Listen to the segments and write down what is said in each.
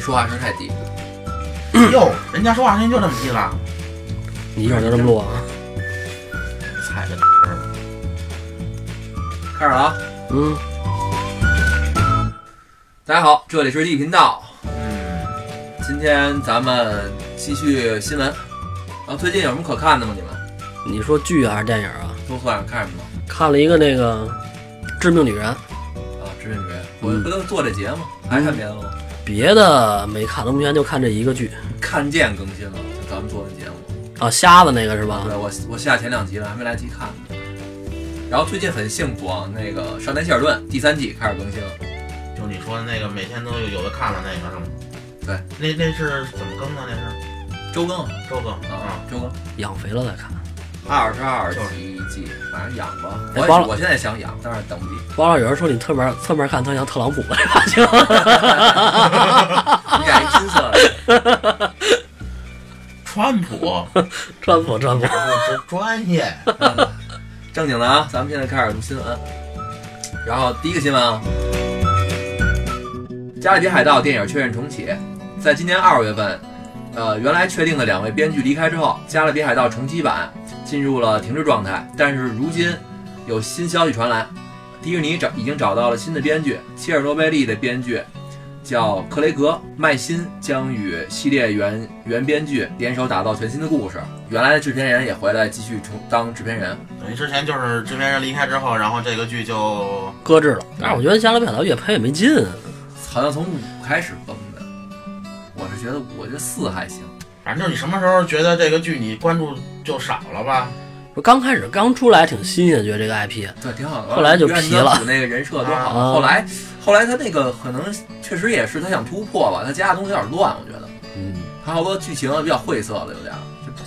说话声太低。哟，人家说话声音就这么低了，你一会儿就这么录啊？踩着开始了啊！嗯，大家好，这里是地频道，嗯，今天咱们继续新闻。啊，最近有什么可看的吗？你们你说剧啊还是电影啊？都算看什么？看了一个那个《致命女人》，啊，知识女人，我不都做这节目，还看别的吗？别的没看，我目前就看这一个剧看见更新了，就咱们做的节目。啊，瞎子那个是吧？对，我我下前两集了，还没来得及看。然后最近很幸福啊，那个《少年希尔顿》第三季开始更新了，就你说的那个每天都有的看了那个是吗？对，那那是怎么更的？那是周更周更啊，周更养肥了再看。二十二集一季，反正养吧。哎我也包了是我现在想养，但是等不及。网上有人说你侧面侧面看特像特朗普的发型，你染一金色的，川普 川普川普。这是专业，正经的啊！咱们现在开始录新闻，然后第一个新闻啊，《加勒比海盗》电影确认重启，在今年二月份，呃，原来确定的两位编剧离开之后，《加勒比海盗》重启版进入了停滞状态。但是如今有新消息传来，迪士尼找已经找到了新的编剧，切尔诺贝利的编剧叫克雷格·麦辛，将与系列原原编剧联手打造全新的故事。原来的制片人也回来继续重当制片人。等于之前就是制片人离开之后，然后这个剧就搁置了，但是我觉得《加勒比海盗》越拍越没劲，啊好像从五开始崩的，我是觉得，我觉得四还行，反正就是你什么时候觉得这个剧你关注就少了吧？不是刚开始刚出来挺新鲜，觉得这个啊 IP 对，挺好的。后来就皮了原子那个人设多好。啊后来，后来他那个可能确实也是他想突破吧，他加的东西有点乱，我觉得嗯，他好多剧情比较晦涩了，有点儿，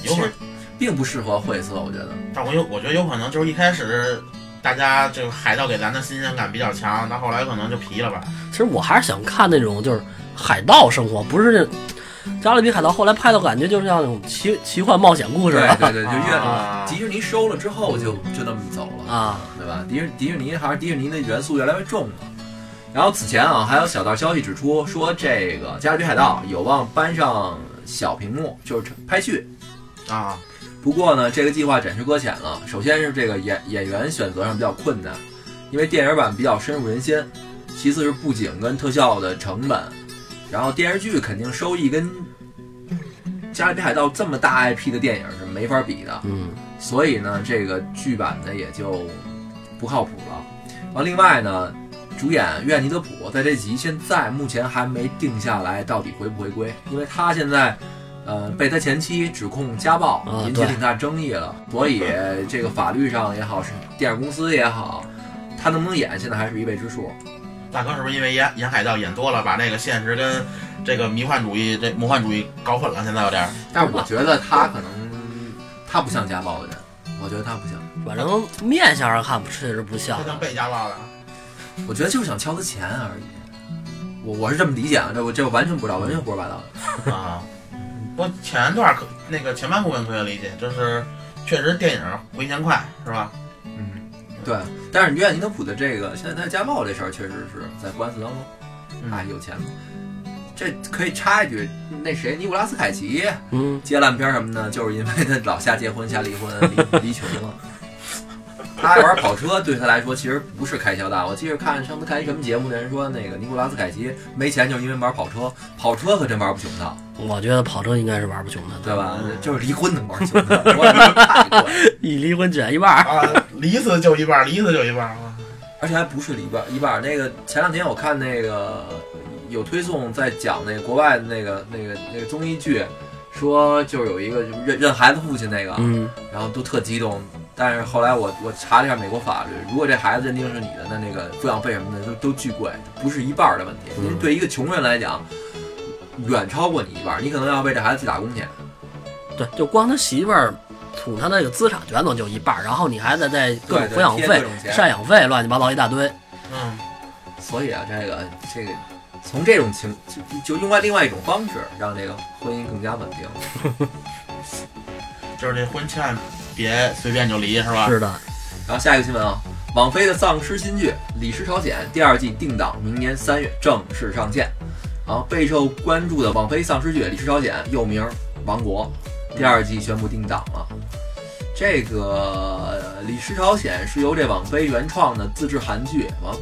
就有其可实并不适合晦涩，我觉得。但我有，我觉得有可能就是一开始大家这个海盗给咱的新鲜感比较强，到后来可能就皮了吧。其实我还是想看那种就是海盗生活，不是那《加勒比海盗》后来拍的感觉就是像那种奇奇幻冒险故事对了对对，就越、啊迪士尼收了之后就就那么走了。啊。对吧？迪士迪士尼还是迪士尼的元素越来越重了。然后此前啊，还有小道消息指出，说这个《加勒比海盗》有望搬上小屏幕，就是拍续。啊，不过呢，这个计划暂时搁浅了。首先是这个演演员选择上比较困难，因为电影版比较深入人心；其次是布景跟特效的成本，然后电视剧肯定收益跟《加勒比海盗》这么大 IP 的电影是没法比的。嗯，所以呢，这个剧版呢也就不靠谱了。完，另外呢，主演苑妮德普在这集现在目前还没定下来到底回不回归，因为她现在。呃，被她前妻指控家暴，啊引起对挺大争议了。所以这个法律上也好，是电影公司也好，她能不能演，现在还是未知之数。大哥是不是因为演演海盗演多了，把那个现实跟这个迷幻主义、这魔幻主义搞混了？现在有点儿但是我觉得她可能，她不像家暴的人，我觉得她不像。反正面相上看确实不像他。像被家暴了。我觉得就是想敲他钱而已。我我是这么理解啊，这我这完全不知道，完全胡说八道的。啊，我前段可那个前半部分可以理解，就是确实电影回钱快是吧？嗯，对。但是苑妮德普的这个现在他家暴这事儿，确实是在官司当中，哎，有钱嘛。这可以插一句，那谁，尼古拉斯凯奇嗯，接烂片儿什么的，就是因为他老瞎结婚、瞎离婚、离离群了。他爱玩跑车，对他来说其实不是开销大。我记着看上次看一什么节目，那人说那个尼古拉斯凯奇没钱就是因为玩跑车，跑车可真玩不穷他。我觉得跑车应该是玩不穷 的，对吧嗯？就是离婚能玩穷的，我也没看过一离婚卷一半儿。啊，离死就一半儿，离死就一半儿。啊而且还不是一半一半。那个前两天我看那个有推送在讲那个国外的那个那个那个综艺剧，说就是有一个就是认认孩子父亲那个，嗯，然后都特激动。但是后来我我查了一下美国法律，如果这孩子认定是你的，那那个抚养费什么的都都巨贵，不是一半儿的问题。嗯因为对一个穷人来讲，远超过你一半儿，你可能要为这孩子去打工去。对，就光他媳妇儿吐他那个资产全都就一半儿，然后你还得再各种对对抚养贴费各种、钱赡养费，乱七八糟一大堆。嗯，所以啊，这个这个，从这种情就就用外另外一种方式，让这个婚姻更加稳定。就是这婚千万别随便就离是吧？是的，然后下一个新闻啊，网飞的丧尸新剧《李尸朝鲜》第二季定档明年三月正式上线。然后备受关注的网飞《丧尸剧》李氏朝鲜，又名《王国》，第二季宣布定档了。这个呃《李氏朝鲜》是由这网飞原创的自制韩剧，王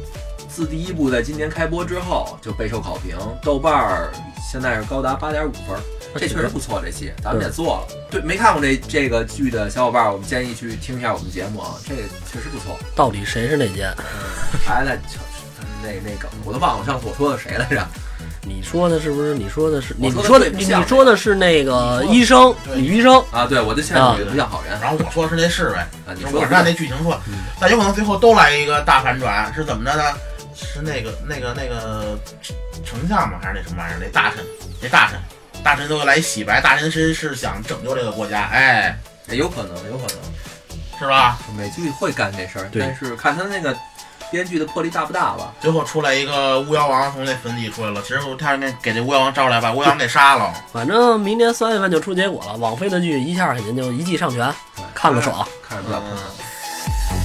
自第一部在今年开播之后就备受好评，豆瓣儿现在是高达八点五分儿，这确实不错。这期咱们也做了，对没看过这这个剧的小伙伴儿，我们建议去听一下我们节目啊，这个确实不错。到底谁是那奸？还在那那梗，我都忘了我上次我说的谁来着？你说的是不是？你说的是你我说的说的对不你像你说的是那个你说医生对女医生，啊，对，我就现在啊觉得不像好人啊啊然后我说的是那侍卫，你就是说我的是按那剧情说嗯，但有可能最后都来一个大反转，是怎么着呢？是那个那个那个丞相吗？还是那什么玩意儿？那大臣，那大臣，大臣都来洗白，大臣是是想拯救这个国家，哎，对有可能，有可能是吧？美剧会干这事儿，对但是看他那个编剧的魄力大不大吧。最后出来一个巫妖王从那坟地出来了，其实他应该给这巫妖王招来，把巫妖王给杀了。反正明年三月份就出结果了。网飞的剧一下肯定就一季上全，看个爽。看着比较嗯困难。《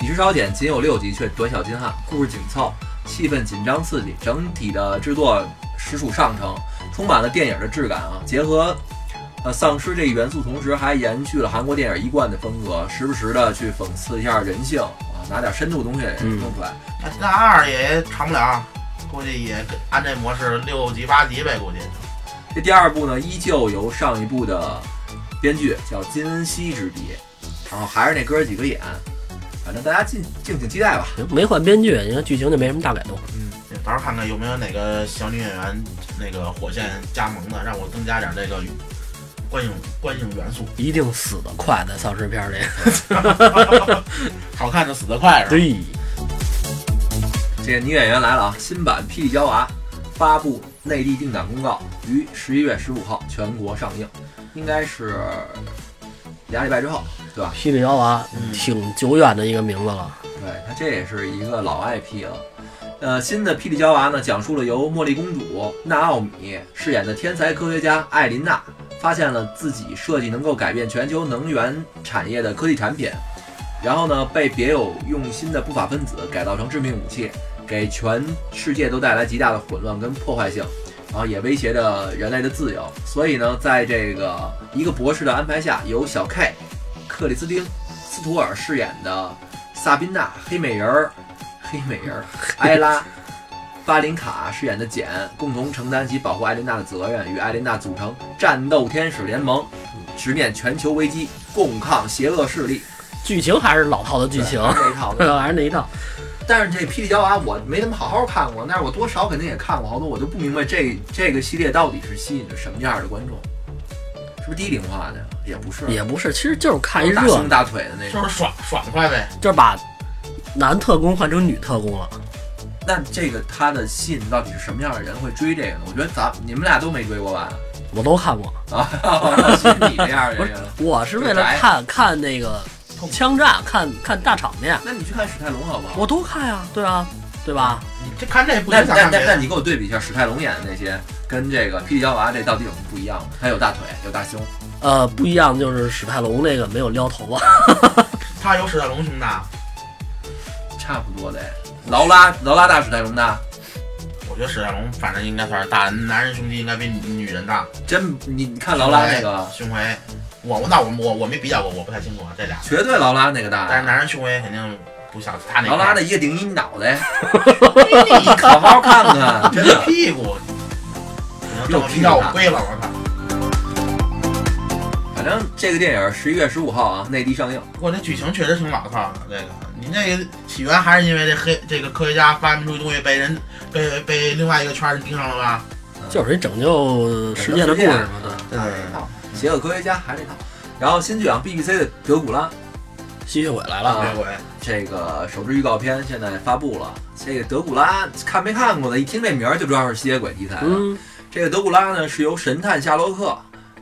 李氏朝鲜》仅有六集，却短小精悍，故事紧凑，气氛紧张刺激，整体的制作实属上乘，充满了电影的质感啊！结合呃丧尸这一元素，同时还延续了韩国电影一贯的风格，时不时的去讽刺一下人性啊，拿点深度东西弄出来。那那二也长不了，估计也跟按这模式六集八集呗，估计。这第二部呢，依旧由上一部的编剧叫金恩熙执笔，然后还是那哥几个演，反正大家敬敬请期待吧。行没换编剧，你看剧情就没什么大改动。到时候看看有没有哪个小女演员那个火线加盟的，让我增加点这个观影观影元素，一定死得快，在丧尸片儿里。 好看就死得快是吧？对，这个女演员来了啊！新版《霹雳娇娃》发布内地定档公告，于十一月十五号全国上映，应该是俩礼拜之后，对吧？霹雳妖娃嗯挺久远的一个名字了。对，它这也是一个老 IP 了。呃，新的《霹雳娇娃》呢，讲述了由茉莉公主纳奥米饰演的天才科学家艾琳娜发现了自己设计能够改变全球能源产业的科技产品，然后呢，被别有用心的不法分子改造成致命武器，给全世界都带来极大的混乱跟破坏性，然后也威胁着人类的自由。所以呢，在这个一个博士的安排下，由小 K 克里斯汀斯图尔饰演的萨宾娜、黑美人儿、黑美人儿、埃拉、巴林卡饰演的简，共同承担起保护艾琳娜的责任，与艾琳娜组成战斗天使联盟，直面全球危机，共抗邪恶势力。剧情还是老套的剧情，对这一套的。 还是那一套。但是这《霹雳娇娃》我没怎么好好看过，但是我多少肯定也看过好多，我就不明白这这个系列到底是吸引着什么样的观众，是不是低龄化的呀？也不是，也不是，其实就是看一热大闹胸，大腿的那种就。是爽爽快呗，就是把男特工换成女特工了。那这个它的吸引到底是什么样的人会追这个呢？我觉得咱你们俩都没追过吧？我都看过，啊，吸引你这样的人了。我是为了看看那个枪战，看看大场面，那你去看史泰龙好不好？我都看呀，对啊，对吧？你这看这不那影响那看那别那的。你给我对比一下史泰龙演的那些跟这个霹雳娇娃这到底有什么不一样吗？他有大腿，有大胸，呃，不一样就是史泰龙那个没有撩头啊发，他有史泰龙胸大，差不多的。劳拉劳拉大史泰龙大，我觉得史泰龙反正应该算是大，男人胸肌应该比女女人大。真你你看劳拉那个，胸围，我那我我我没比较过，我不太清楚啊这俩，绝对劳拉那个大但是呀。男人胸围肯定不小，他那劳拉的的一个顶一脑袋， 屁股好好看看，真啊真的的。屁股，这么比较我跪了，我操！反正这个电影十一月十五号啊，内地上映。不过这剧情确实挺老套的，这个您这个起源还是因为这黑这个科学家发明出东西被人被被另外一个圈儿人盯上了吧？ 就是一拯救世界的啊故事嘛。嗯，还是这套邪恶科学家还是这套。然后新剧啊，BBC 的德古拉吸血鬼来啊了，对不对？这个首支预告片现在发布了。这个德古拉看没看过的，一听这名儿就知道是吸血鬼题材的。嗯，这个德古拉呢是由神探夏洛克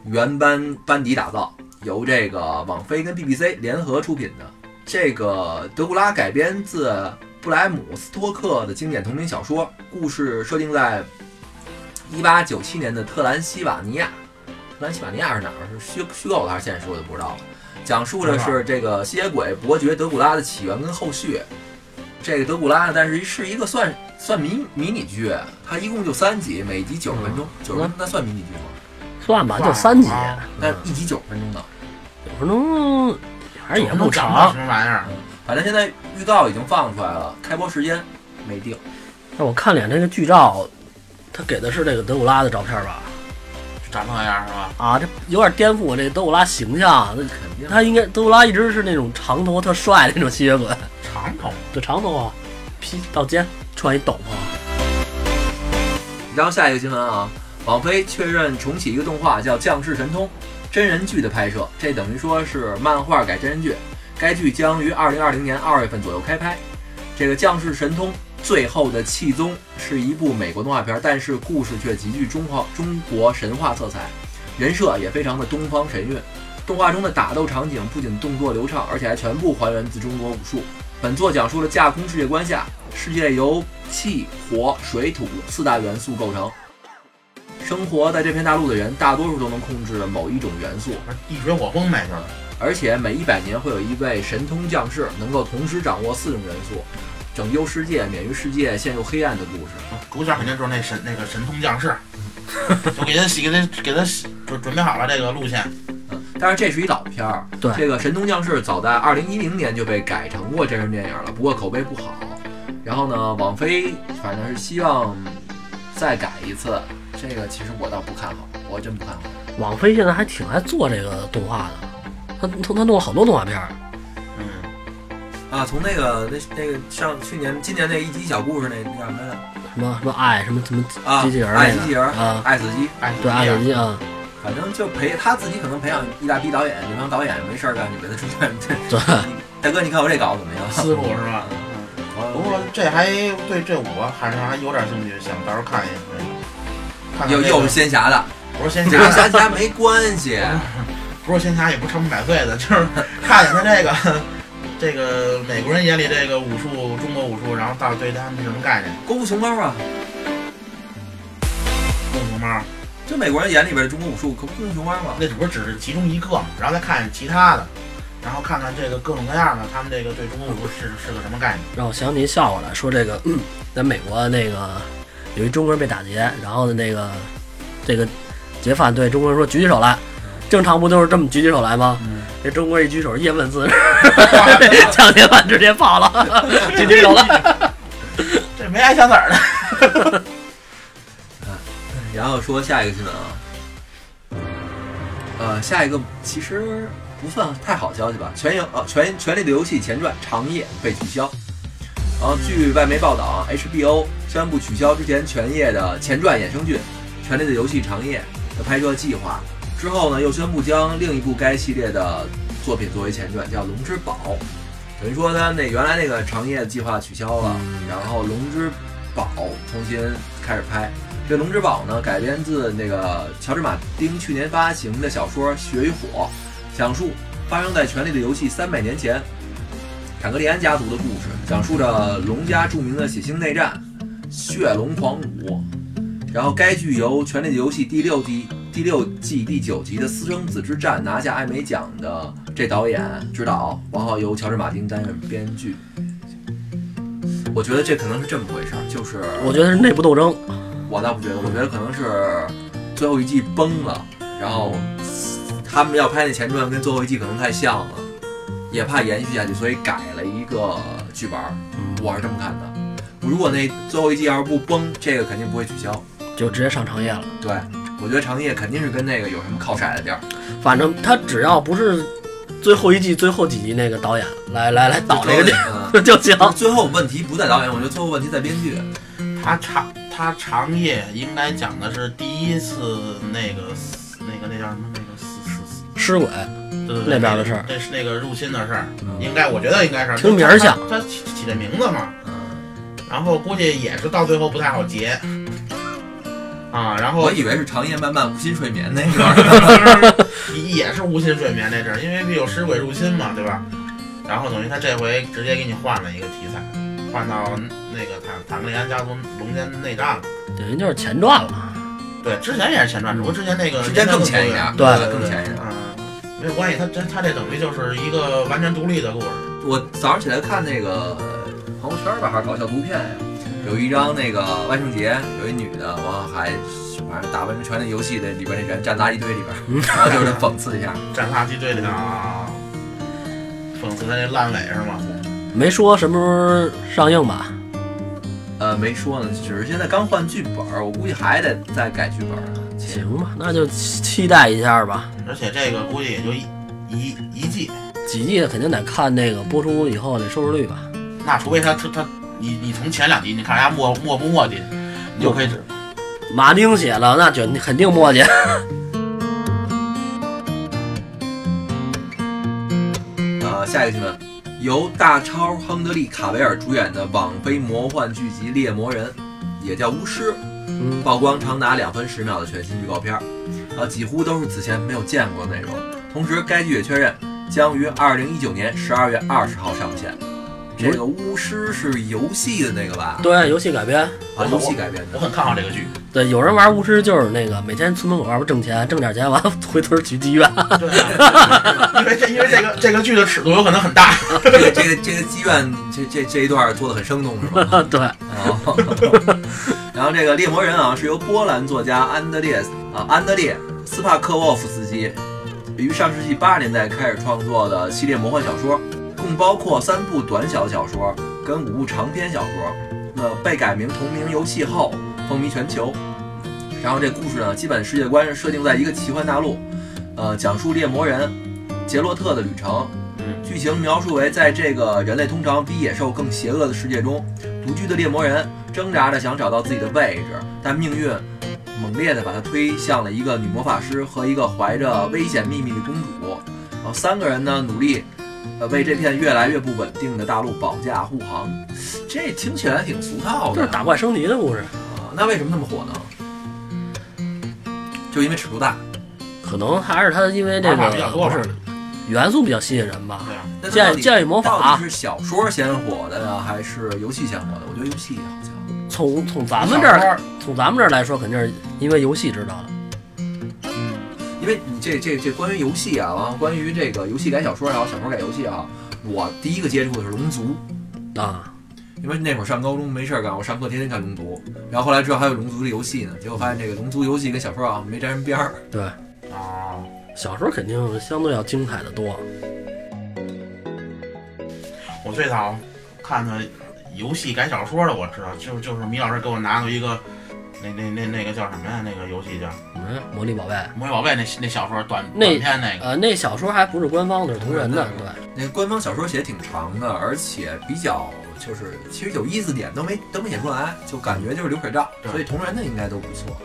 原班班底打造，由这个网飞跟 BBC 联合出品的。这个德古拉改编自布莱姆斯托克的经典同名小说，故事设定在1897年的特兰西瓦尼亚。特兰西瓦尼亚是哪儿？是虚虚构的还是现实？我就不知道了。讲述的是这个吸血鬼伯爵德古拉的起源跟后续。这个德古拉呢，但是是一个算算迷迷你剧，它一共就三集，每集九十分钟，九十分钟那算迷你剧吗？算吧，就三集，啊但一集九十分钟的，九分钟还是也不讲到长什。么玩意儿？反正现在预告已经放出来了，开播时间没定，但我看脸这个剧照，他给的是这个德古拉的照片吧？就长那样是吧？啊，这有点颠覆我这德古拉形象。肯定他应该德古拉一直是那种长头发特帅的那种吸血鬼， 长头就长头发，披到肩，穿一斗篷。然后下一个新闻啊，网飞确认重启一个动画叫《降世神通》真人剧的拍摄，这等于说是漫画改真人剧。该剧将于二零二零年二月份左右开拍。这个《降世神通：最后的气宗》是一部美国动画片，但是故事却极具中华中国神话色彩，人设也非常的东方神韵。动画中的打斗场景不仅动作流畅，而且还全部还原自中国武术。本作讲述了架空世界观下，世界由气、火、水、土四大元素构成。生活在这片大陆的人，大多数都能控制某一种元素，地水火风呗，就是而且每一百年会有一位神通将士，能够同时掌握四种元素，拯救世界，免于世界陷入黑暗的故事。主角肯定就是那神那个神通将士，就给他洗给他给他洗准准备好了这个路线。嗯，但是这是一老片儿，对这个《神通将士》早在二零一零年就被改成过真人电影了，不过口碑不好。然后呢，网飞反正是希望再改一次，这个其实我倒不看好，我真不看好。网飞现在还挺爱做这个动画的，他他他弄了好多动画片儿。嗯，啊，从那个那那个上去年今年那一集小故事那那叫什么来着？什么什么爱什么什么啊，机器人儿爱那机个器人儿啊，爱死机，哎，对，爱呀手机啊，反正就培他自己可能培养一大批导演，这帮导演没事儿干就给他出现。这啊 对，大哥，你看我这稿怎么样？ 思路是吧？不过我这还对这我还是还有点兴趣，想到时候看一眼这个。看看又这个又是仙 侠的，不是仙跟侠，仙侠没关系。不是仙侠，也不是长命百岁的，就是看见他这个这个美国人眼里这个武术，中国武术，然后到底对他们是什么概念？功夫熊猫啊，功夫猫，这美国人眼里边的中国武术可不功夫熊猫吗？那只不过只是其中一个嘛，然后再看其他的，然后看看这个各种各样的，他们这个对中国武术是是个什么概念？让我想起一笑话来，说这个嗯在美国那个有一中国人被打劫，然后那个这个劫犯对中国人说举起手来，正常不都是这么举起手来吗？嗯这中国人一举手，叶问姿势，抢劫犯直接跑了，举起手来。这没挨枪子儿的。然后说下一个新闻啊，呃，下一个其实不算太好消息吧，《全游》呃《全权力的游戏》前传《长夜》被取消。然后据外媒报道啊，HBO 宣布取消之前全夜的前传衍生剧《权力的游戏》《长夜》的拍摄计划。之后呢，又宣布将另一部该系列的作品作为前传，叫《龙之宝》。等于说他那原来那个长夜计划取消了，然后《龙之宝》重新开始拍。这《龙之宝》呢，改编自那个乔治·马丁去年发行的小说《血与火》，讲述发生在《权力的游戏》三百年前坦格利安家族的故事，讲述着龙家著名的血腥内战——血龙狂舞。然后，该剧由《权力的游戏》第六季第六季第九集的私生子之战拿下艾美奖的这导演指导，然后由乔治·马丁担任编剧。我觉得这可能是这么回事儿，就是我觉得是内部斗争，我倒不觉得，我觉得可能是最后一季崩了，然后他们要拍那前传跟最后一季可能太像了，也怕延续下去，所以改了一个剧本儿。我是这么看的。如果那最后一季要是不崩，这个肯定不会取消。就直接上长夜了。对，我觉得长夜肯定是跟那个有什么靠色的地儿，反正他只要不是最后一季最后几集那个导演来来来导这个点电。影 就行。嗯最后问题不在导演，我觉得最后问题在编剧。嗯他长他长夜应该讲的是第一次那个那个那叫什么那个死死死尸鬼对对对那边的事儿那是那个入侵的事儿，嗯应该我觉得应该是听名儿像他他起起的名字嘛，嗯，然后估计也是到最后不太好结啊，然后我以为是长夜漫漫无心睡眠那个。 也是无心睡眠那阵儿，因为有尸鬼入侵嘛，对吧？然后等于他这回直接给你换了一个题材，换到嗯那个坦坦格利安家族龙间内战了。等于就是前传了。对，之前也是前传，只不过之前那个时间更嗯前一点儿对对更前一点儿。嗯，没有关系，他这他这等于就是一个完全独立的故事。我早上起来看那个朋朋友圈吧，还是搞笑图片呀？有一张那个万圣节，有一女的，完了还反正打完全那游戏的里边那人站垃圾堆里边，然后就是讽刺一下。站垃圾堆里啊，讽刺他那烂尾是吗？没说什么时候上映吧？呃，没说呢，只是现在刚换剧本儿，我估计还得再改剧本儿呢。行吧，那就期期待一下吧。而且这个估计也就一一一季，几季肯定得看那个播出以后的收视率吧。那除非他他他，你你从前两集你看人家磨磨不磨叽，你就可以知马丁写了，那就肯定墨迹。呃，下一个新闻，由大超亨德利·卡维尔主演的网飞魔幻剧集《猎魔人》，也叫《巫师》，嗯，曝光长达两分十秒的全新预告片，儿，呃，几乎都是此前没有见过的内容。同时，该剧也确认将于二零一九年十二月二十号上线。这个巫师是游戏的那个吧？ 对，游戏改编。啊，游戏改编我的。很看好这个剧。对，有人玩巫师就是那个每天村门口外边挣钱，挣点钱完了回屯去妓院。 对、啊，因为这因为这个这个剧的尺度有可能很大。这个这个这个妓院这这这一段做的很生动是吧？对，哦，然后这个猎魔人啊，是由波兰作家安德烈啊安德烈斯帕克沃夫斯基于上世纪八十年代开始创作的系列魔幻小说，共包括三部短小小说跟五部长篇小说。那被改名同名游戏后，风靡全球。然后这故事呢，基本世界观是设定在一个奇幻大陆，呃，讲述猎魔人杰洛特的旅程。嗯剧情描述为在这个人类通常比野兽更邪恶的世界中，独居的猎魔人挣扎着想找到自己的位置，但命运猛烈地把他推向了一个女魔法师和一个怀着危险秘密的公主。然后三个人呢，努力呃为这片越来越不稳定的大陆保驾护航。这听起来挺俗套就的是呀，打怪升级的故事，啊那为什么那么火呢？就因为尺度大。可能还是他因为这玩法比较个多不吧是元素比较吸引人吧。对啊，那嗯它到剑底剑与魔到法啊底是小说先火的呀，还是游戏先火的？我觉得游戏好像。从从咱们这儿从咱们这儿来说，肯定是因为游戏知道的。因为你这这这关于游戏啊，完了关于这个游戏改小说也好，小说改游戏啊，我第一个接触的是《龙族》，啊，因为那会儿上高中没事儿干，我上课天天看《龙族》，然后后来知道还有《龙族》的游戏呢，结果发现这个《龙族》游戏跟小说啊没沾上边儿。对，啊，小时候肯定相对要精彩的多。我最早看的游戏改小说的，我知道，就就是米老师给我拿过一个，那那那那个叫什么呀？那个游戏叫《嗯，魔力宝贝，魔界宝贝》那那小说短短那篇那个，呃，那小说还不是官方的，是同人的，对。那官方小说写挺长的，而且比较就是其实有意思点都没都没写出来，就感觉就是流水账，对所以同人的应该都不错。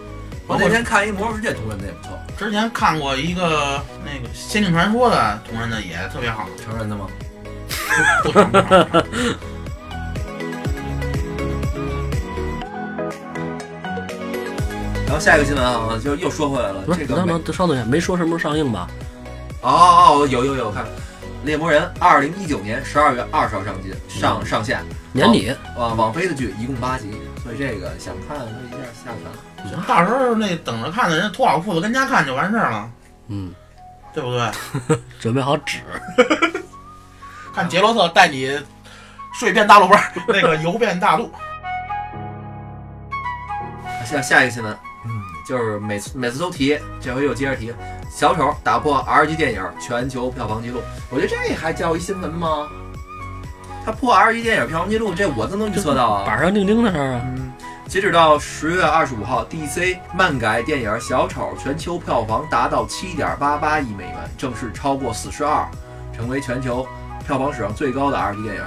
我包括那天看一《魔兽世界》同人的也不错，之前看过一个那个《仙境传说》的同人的也特别好，成人的吗？不长不长不长然后下一个新闻啊，就又说回来了，不这是，个等美等，稍等一下，没说什么时候上映吧？哦哦，有有有，看《猎魔人》二零一九年十二月二十号上进上上线，年底，啊，网飞的剧一共八集，所以这个想看可以一下下传。行到时候那等着看的人脱好裤子跟家看就完事儿了，嗯，对不对？准备好纸，看杰洛特带你睡遍大陆不是那个游遍大陆，下下一个新闻，嗯，就是每次每次都提，这回又接着提，小丑打破 R 级电影全球票房纪录，我觉得这还叫一新闻吗？他破 R 级电影票房纪录，这我都能预测到啊。板上钉钉的事儿啊。嗯，截止到十月二十五号，DC 漫改电影《小丑》全球票房达到七点八八亿美元，正式超过《死侍二》，成为全球票房史上最高的 R 级电影。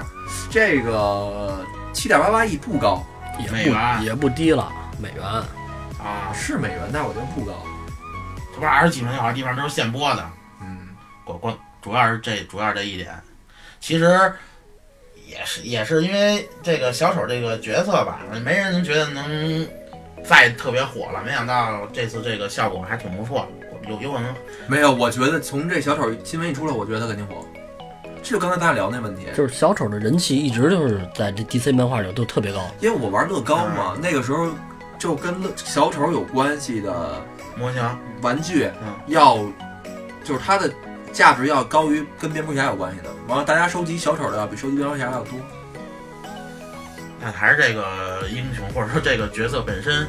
这个七点八八亿不高，也美元不也不低了，美元。啊，是美元，但是我觉得不高。这不是二十几分钟好地方都是现播的，嗯，关关主要是这主要是这一点，其实也是也是因为这个小丑这个角色吧，没人能觉得能再特别火了，没想到这次这个效果还挺不错，有有可能没有，我觉得从这小丑新闻一出来，我觉得他肯定火。这就刚才咱俩聊那问题，就是小丑的人气一直就是在这 DC 漫画里都特别高。因为我玩乐高嘛，那个时候就跟乐小丑有关系的模型玩具嗯要，就是它的价值要高于跟蝙蝠侠有关系的。完了，大家收集小丑的要比收集蝙蝠侠要多。但还是这个英雄或者说这个角色本身，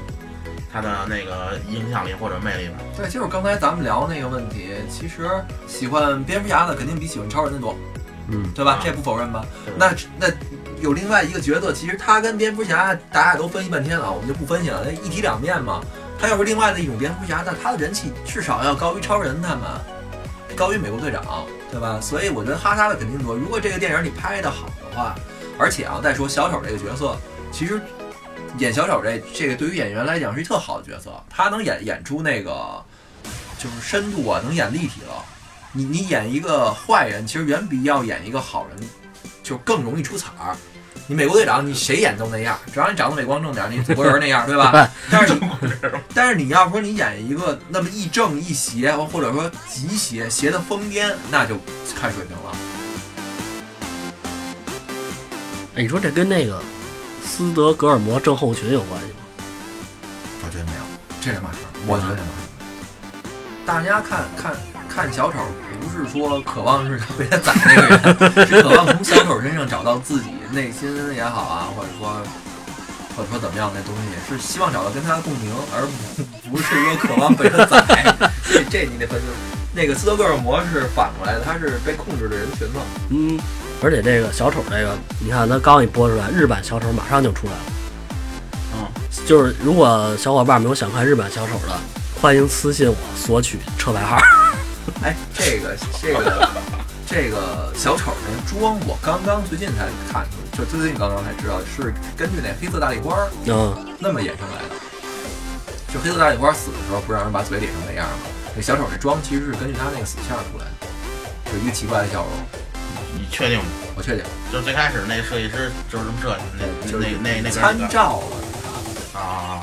他的那个影响力或者魅力吧。对，就是刚才咱们聊那个问题，其实喜欢蝙蝠侠的肯定比喜欢超人的多，嗯，对吧啊？这不否认吧？对那那有另外一个角色，其实他跟蝙蝠侠大家都分析半天了，我们就不分析了，那一体两面嘛。他要是另外的一种蝙蝠侠，那他的人气至少要高于超人他们，高于美国队长，对吧？所以我觉得哈撒韦肯定多。如果这个电影你拍的好的话，而且啊，再说小丑这个角色，其实演小丑这这个对于演员来讲是一特好的角色，他能演演出那个就是深度啊，能演立体了。你你演一个坏人，其实远比要演一个好人就更容易出彩儿。你美国队长，你谁演都那样，只要你长得伟光正点儿，你祖国人那样，对吧？但是你但是你要说你演一个那么亦正亦邪，或者说极邪，邪的疯癫，那就看水平了。哎，你说这跟那个斯德哥尔摩症候群有关系吗？我觉得没有，这两码事儿，我觉得这两码事儿。大家看看看小丑，不是说渴望是被他宰那个人，是渴望从小丑身上找到自己内心也好啊，或者说或者说怎么样的东西，是希望找到跟他的共鸣，而不不是说渴望被他宰。 这这你得分清。那个斯德哥尔摩是反过来的，他是被控制的人群嘛？嗯，而且这个小丑这个，你看他刚一播出来，日版小丑马上就出来了。嗯，就是如果小伙伴们有想看日版小丑的，欢迎私信我索取车牌号。哎，这个这个这个小丑那妆，我刚刚最近才看，就最近刚刚才知道是根据那黑色大丽花儿嗯，那么衍生来的。就黑色大丽花儿死的时候，不是让人把嘴咧成那样吗？那小丑这妆其实是根据他那个死相出来的，就一个奇怪的笑容。你确定吗？我确定，就最开始那设计师就是这么设计就的，是那那那那哥参儿几照了。个啊，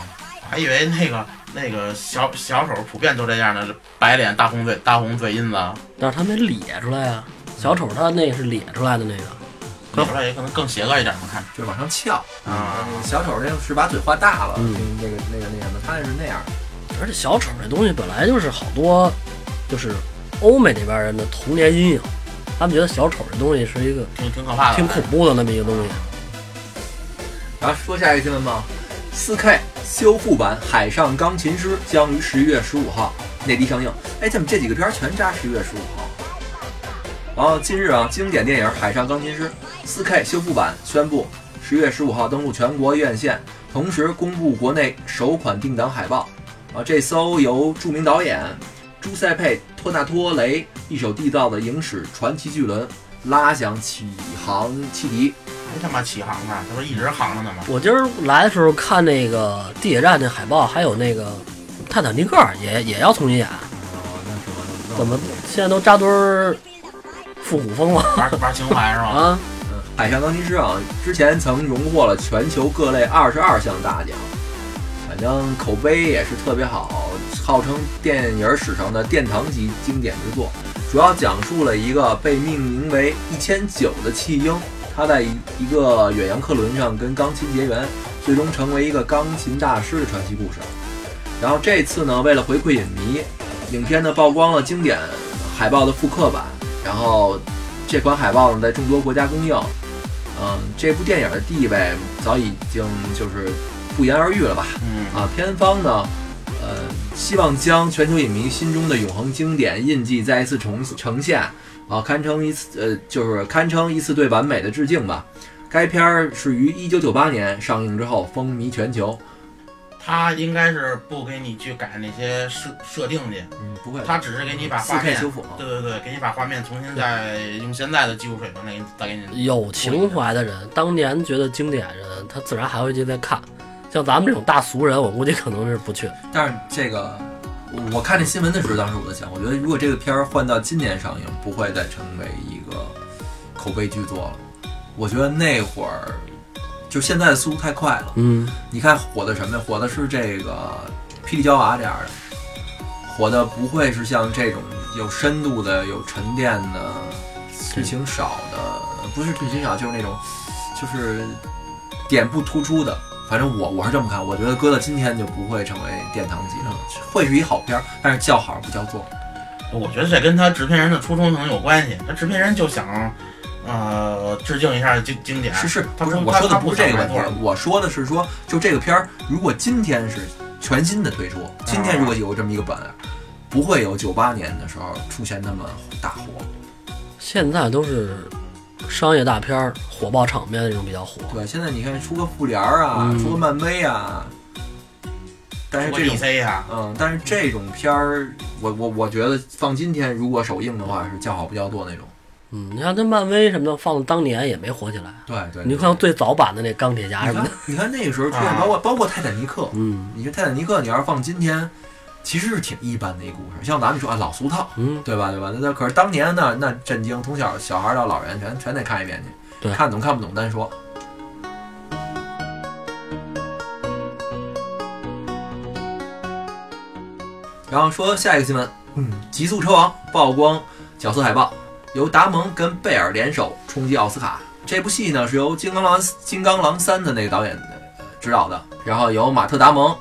还以为那个那个小小手普遍都这样的，白脸大红嘴大红嘴印子，嗯但是他没咧出来啊。小丑他那是咧出来的那个，你说也可能更邪恶一点嘛？看就是往上翘啊小丑那是把嘴画大了，嗯那个那个那什么，他那是那样。而且小丑这东西本来就是好多，就是欧美那边人的童年阴影，他们觉得小丑这东西是一个挺挺可怕的，挺恐怖的那么一个东西。然后说下一个新闻吧。4 K 修复版《海上钢琴师》将于十一月十五号内地上映。哎，怎么这几个片儿全扎十一月十五号？然后近日啊，经典电影《海上钢琴师》4 K 修复版宣布十月十五号登陆全国院线，同时公布国内首款定档海报。啊，这艘由著名导演朱塞佩·托纳托雷一手缔造的影史传奇巨轮，拉响起航汽笛。还他妈起航呢，这不是一直航着呢吗？我今儿来的时候看那个地铁站那海报，还有那个泰坦尼克也也要重新演，哦，那什么怎么现在都扎堆儿复古风了玩玩情怀是吧？嗯啊？海上钢琴师啊，之前曾荣获了全球各类二十二项大奖，反正口碑也是特别好，号称电影史上的殿堂级经典之作。主要讲述了一个被命名为“一千九”的弃婴，他在一一个远洋客轮上跟钢琴结缘，最终成为一个钢琴大师的传奇故事。然后这次呢，为了回馈影迷，影片呢曝光了经典海报的复刻版，然后这款海报呢在众多国家公映。嗯，这部电影的地位早已经就是不言而喻了吧？嗯，啊，片方呢，呃，希望将全球影迷心中的永恒经典印记再一次重呈现，啊，堪称一次呃，就是堪称一次对完美的致敬吧。该片儿是于一九九八年上映之后风靡全球，他应该是不给你去改那些设设定去，嗯，不会他只是给你把四画 K 面，修复啊，对对对，给你把画面重新再用现在的技术水平再给你再给你。有情怀的人，当年觉得经典人，他自然还会去再看。像咱们这种大俗人，我估计可能是不去。但是这个。我我看这新闻的时候，当时我在想，我觉得如果这个片儿换到今年上映，不会再成为一个口碑巨作了。我觉得那会儿就现在的速度太快了，嗯，你看火的什么呀？火的是这个《霹雳娇娃》这样的，火的不会是像这种有深度的、有沉淀的、剧情少的，不是剧情少，就是那种就是点不突出的。反正我我是这么看，我觉得搁到今天就不会成为殿堂级的，会是一好片儿，但是叫好不叫座。我觉得这跟他制片人的初衷可能有关系，他制片人就想呃致敬一下经经典。是是，他不是不我他说的他不不是这个想买问题多少，我说的是说，就这个片儿，如果今天是全新的推出，今天啊如果有这么一个本，不会有九八年的时候出现那么大火。现在都是商业大片儿火爆场面那种比较火。对，现在你看出个复联儿啊，嗯出个漫威啊，但是我哎这种 DC 呀，嗯，但是这种片儿，我我我觉得放今天如果首映的话是叫好不叫座那种。嗯，你看这漫威什么的，放当年也没火起来。对对，你对看最早版的那钢铁侠你什么看的，你看那个时候出现，啊包括包括泰坦尼克，嗯你说泰坦尼克，你要是放今天，其实是挺一般的一故事。像咱们说啊，老俗套，嗯，对吧？对吧？那那可是当年那那震惊，从小小孩到老人全全得看一遍去，对看懂看不懂单说。然后说下一个新闻，嗯，《极速车王》曝光角色海报，由达蒙跟贝尔联手冲击奥斯卡。这部戏呢是由《金刚狼》《金刚狼三》的那个导演呃执导的，然后由马特·达蒙，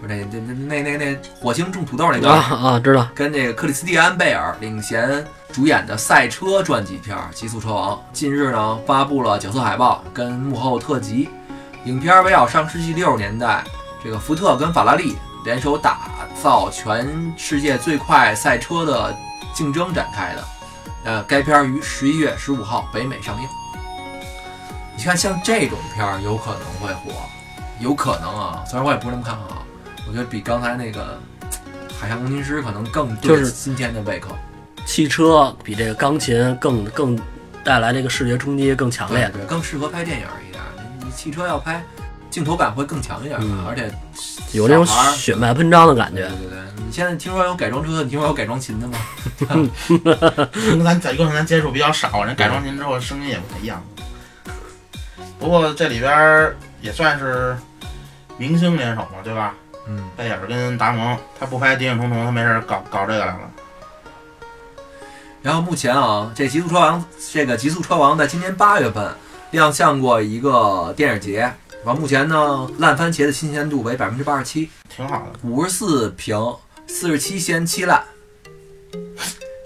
就那那那那那火星种土豆那个啊啊，知道，跟这个克里斯蒂安·贝尔领衔主演的赛车传记片《极速车王》，近啊日呢发布了角色海报跟幕后特辑。影片围绕上世纪六十年代，这个福特跟法拉利联手打造全世界最快赛车的竞争展开的。呃，该片于十一月十五号北美上映。你看，像这种片儿有可能会火，有可能啊。虽然我也不是那么看好，我觉得比刚才那个《海上钢琴师》可能更对就是今天的胃口。汽车比这个钢琴更更带来这个视觉冲击更强对烈。对，更适合拍电影一点。你你汽车要拍，镜头感会更强一点，嗯而且有那种小孩儿血脉喷张的感对觉。对对，你现在听说有改装车的，你听说有改装琴的吗？跟咱在跟咱接触比较少，人改装琴之后声音也不太一样。不过这里边儿也算是明星联手嘛，对吧？嗯，贝尔跟达蒙，他不拍《谍影重重》，他没事儿搞搞这个来了。然后目前啊，这《极速车王》这个《极速车王》在今年八月份亮相过一个电影节，然后目前呢，烂番茄的新鲜度为百分之八十七，挺好的，五十四评，四十七嫌七烂。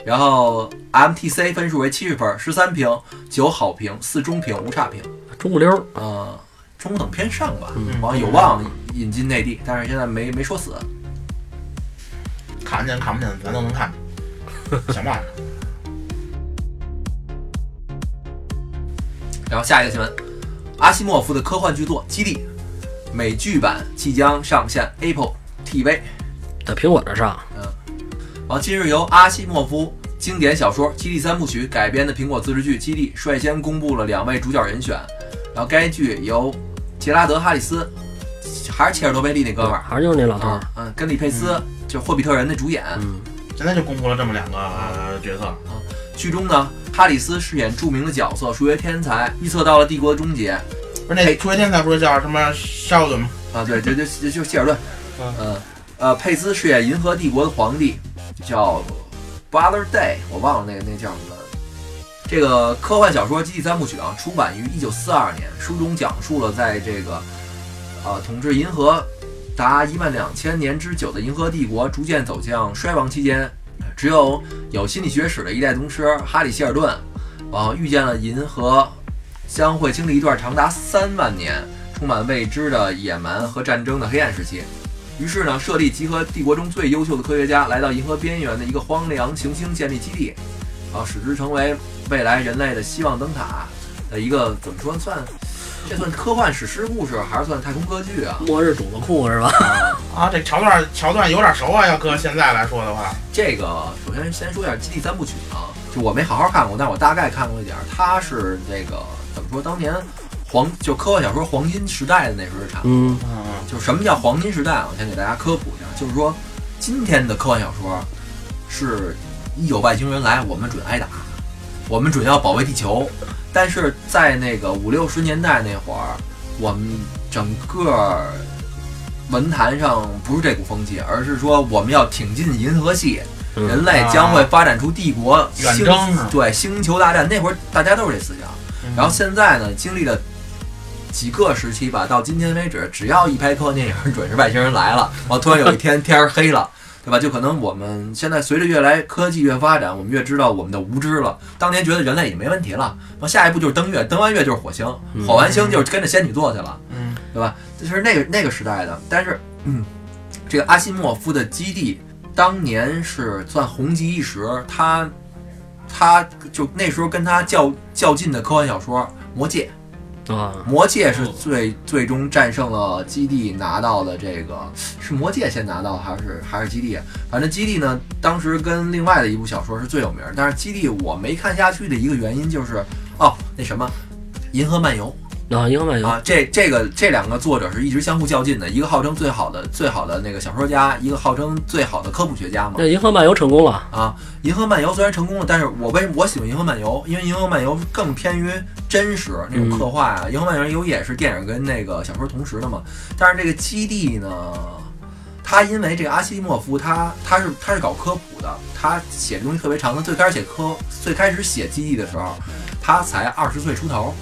然后 MTC 分数为七十分，十三评，九好评，四中评，无差评，中不溜儿，呃，中等偏上吧。嗯往有望引进内地，但是现在没没说死。看不见看不见，咱都能看 见，想办法。然后下一个新闻，阿西莫夫的科幻巨作《基地》美剧版即将上线 Apple TV。在苹果这上，然后近日由阿西莫夫经典小说《基地三部曲》改编的苹果自制剧《基地》率先公布了两位主角人选，然后该剧由杰拉德·哈里斯，还是切尔诺贝利那哥们儿还是就是那老头儿啊。，嗯，跟里佩斯，就霍比特人的主演。嗯，现在就公布了这么两个、呃角色，剧中呢，哈里斯饰演著名的角色数学天才，预测到了帝国的终结，不是那嘿《出学天才》不是叫什么少的吗？啊，对，就就就就谢尔顿，嗯嗯，呃，佩兹饰演银河帝国的皇帝，叫 Brother Day，我忘了那那叫什么了。这个科幻小说《基地三部曲》啊，出版于一九四二年，书中讲述了在这个呃统治银河达一万两千年之久的银河帝国逐渐走向衰亡期间，只有有心理学史的一代宗师哈里希尔顿，啊，遇见了银河，将会经历一段长达三万年。充满未知的野蛮和战争的黑暗时期。于是呢，设立集合帝国中最优秀的科学家，来到银河边缘的一个荒凉行星建立基地，啊，使之成为未来人类的希望灯塔的一个怎么说算？这算科幻史诗故事，还是算太空歌剧啊？末日种子库是吧？啊，这桥段桥段有点熟啊，要搁现在来说的话，这个首先先说一下《基地三部曲》啊，就我没好好看过，但我大概看过一点儿。它是这个怎么说？当年黄就科幻小说黄金时代的那时候产物。嗯，嗯，就是什么叫黄金时代啊？我先给大家科普一下，就是说，今天的科幻小说是一有外星人来，我们准挨打，我们准要保卫地球。但是在那个五六十年代那会儿，我们整个文坛上不是这股风气，而是说我们要挺进银河系，嗯人类将会发展出帝国啊远星征是吧对，星球大战那会儿大家都是这思想。嗯然后现在呢，经历了几个时期吧，到今天为止，只要一拍科幻电影，准是外星人来了。然后突然有一天天儿黑了，对吧？就可能我们现在随着越来科技越发展，我们越知道我们的无知了。当年觉得人类已经没问题了，那下一步就是登月，登完月就是火星，火完星就是跟着仙女座去了，嗯对吧？这是那个那个时代的。但是，嗯，这个阿西莫夫的基地当年是算红极一时，他他就那时候跟他较较劲的科幻小说《魔戒》， 啊，魔戒是最最终战胜了基地，拿到了这个是魔戒先拿到还是还是基地？啊反正基地呢，当时跟另外的一部小说是最有名儿，但是基地我没看下去的一个原因就是哦，那什么。银河漫游啊，英漫游啊，这这个这两个作者是一直相互较劲的，一个号称最好的最好的那个小说家，一个号称最好的科普学家嘛。那《银河漫游》成功了，啊，《银河漫游》虽然成功了，但是我为什么我喜欢《银河漫游》？因为《银河漫游》更偏于真实那种刻画啊，银河漫游》也是电影跟那个小说同时的嘛。但是这个基地呢，他因为这个阿西莫夫他他是他是搞科普的，他写的东西特别长。他最开始写科，最开始写基地的时候，他才二十岁出头，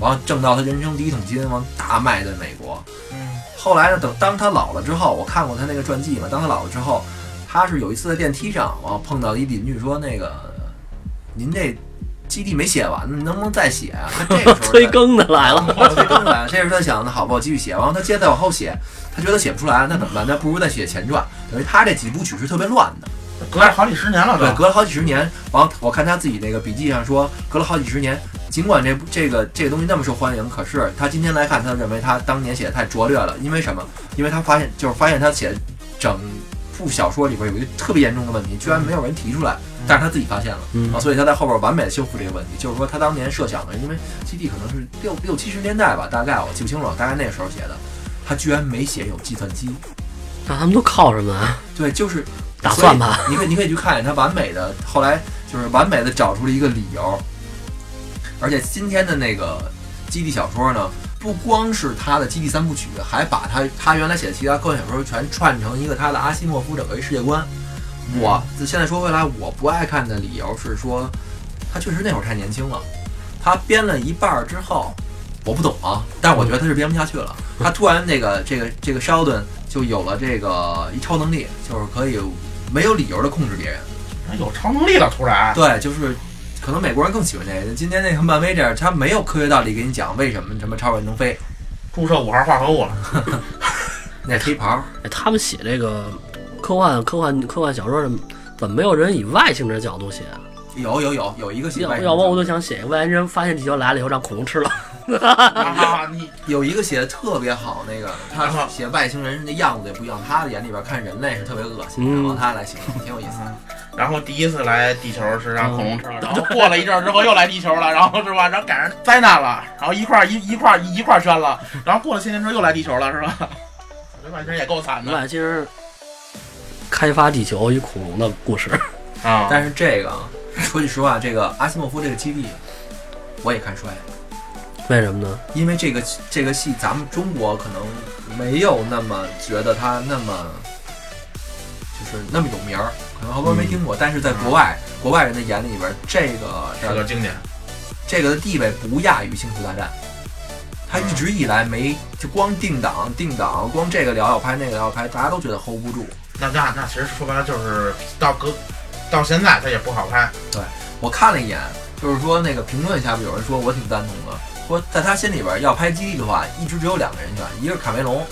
完了挣到他人生第一桶金，完了大卖在美国。嗯后来呢，等当他老了之后，我看过他那个传记嘛。当他老了之后，他是有一次在电梯上，然后碰到一邻居说：“那个，您这基地没写完，能不能再写啊？”他这个时候催更的 来了。了，催更哦来了。这时候他想，那好吧，我继续写。然后他接着再往后写，他觉得写不出来，那怎么办？那不如再写前传。等于他这几部曲是特别乱的。隔了好几十年了对，都。隔了好几十年。完，我看他自己那个笔记上说，隔了好几十年，尽管这这个这个东西那么受欢迎，可是他今天来看，他认为他当年写的太拙劣了。因为什么？因为他发现，就是发现他写整部小说里边有一个特别严重的问题，居嗯然没有人提出来，但是他自己发现了。嗯啊，所以他在后边完美的修复这个问题，就是说他当年设想的，因为基地可能是六六七十年代吧，大概我记不清了，大概那时候写的，他居然没写有计算机，那他们都靠什么啊？对，就是打算吧。 所以你可以你可以去看一眼他完美的，后来就是完美的找出了一个理由。而且今天的那个基地小说呢，不光是他的基地三部曲，还把他他原来写的其他科幻小说全串成一个他的阿西莫夫整个一世界观。嗯我现在说回来，我不爱看的理由是说，他确实那会儿太年轻了，他编了一半儿之后，我不懂啊，但是我觉得他是编不下去了。他突然那个这个这个 Sheldon 就有了这个一超能力，就是可以没有理由的控制别人。有哎超能力了，突然。对，就是可能美国人更喜欢这个。今天那个漫威这样，他没有科学道理给你讲为什么什么超人能飞，注射五号化合物了。那黑袍哎他们写这个科幻、科幻、科幻小说的，怎么没有人以外星人的角度写啊？有有有有一个写要外星要不人，我就想写外星人发现地球来了以后让恐龙吃了。啊，你有一个写的特别好那个，他写外星人那样子也不一样，他的眼里边看人类是特别恶心的，嗯然后他来形容，挺有意思。然后第一次来地球是让恐龙吃了，然后过了一阵儿之后又来地球了，然后是吧？然后赶上灾难了，然后一块儿一一块儿一块儿圈了，然后过了些年之后又来地球了，是吧？ 这外星人也够惨的外星人开发地球与恐龙的故事，啊但是这个啊，说句实话，这个阿西莫夫这个基地，我也看衰了。为什么呢？因为这个这个戏，咱们中国可能没有那么觉得它那么就是那么有名儿，可能好多人没听过。但是在国外，国外人的眼里边，这个是个经典，这个的地位不亚于《星球大战》。它一直以来没就光定档定档，光这个聊要拍那个聊要拍，大家都觉得 hold 不住。那那那其实说白了就是到隔到现在它也不好拍，我看了一眼，就是说那个评论下边有人说我挺赞同的，说在他心里边要拍基地的话，一直只有两个人选，一个是卡梅隆，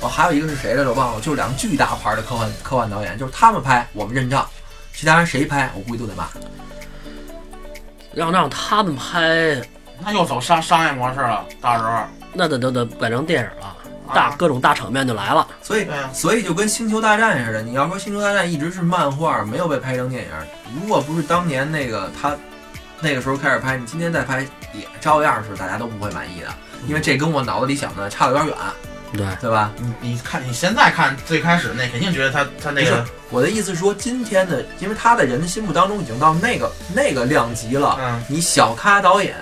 哦，还有一个是谁来着？我忘了，就是两个巨大牌的科幻科幻导演，就是他们拍我们认账，其他人谁拍我估计都得骂。要让他们拍，那又走商商业模式了，到时候那得得得改成电影了，大啊各种大场面就来了。所以对啊，所以就跟《星球大战》似的，你要说《星球大战》一直是漫画，没有被拍成电影，如果不是当年那个他那个时候开始拍，你今天再拍也照样是大家都不会满意的，因为这跟我脑子里想的差的有点远，对，对吧？你你看你现在看最开始那肯定觉得他他那没个事我的意思是说，今天的，因为他在人的心目当中已经到那个那个量级了。嗯你小咖导演，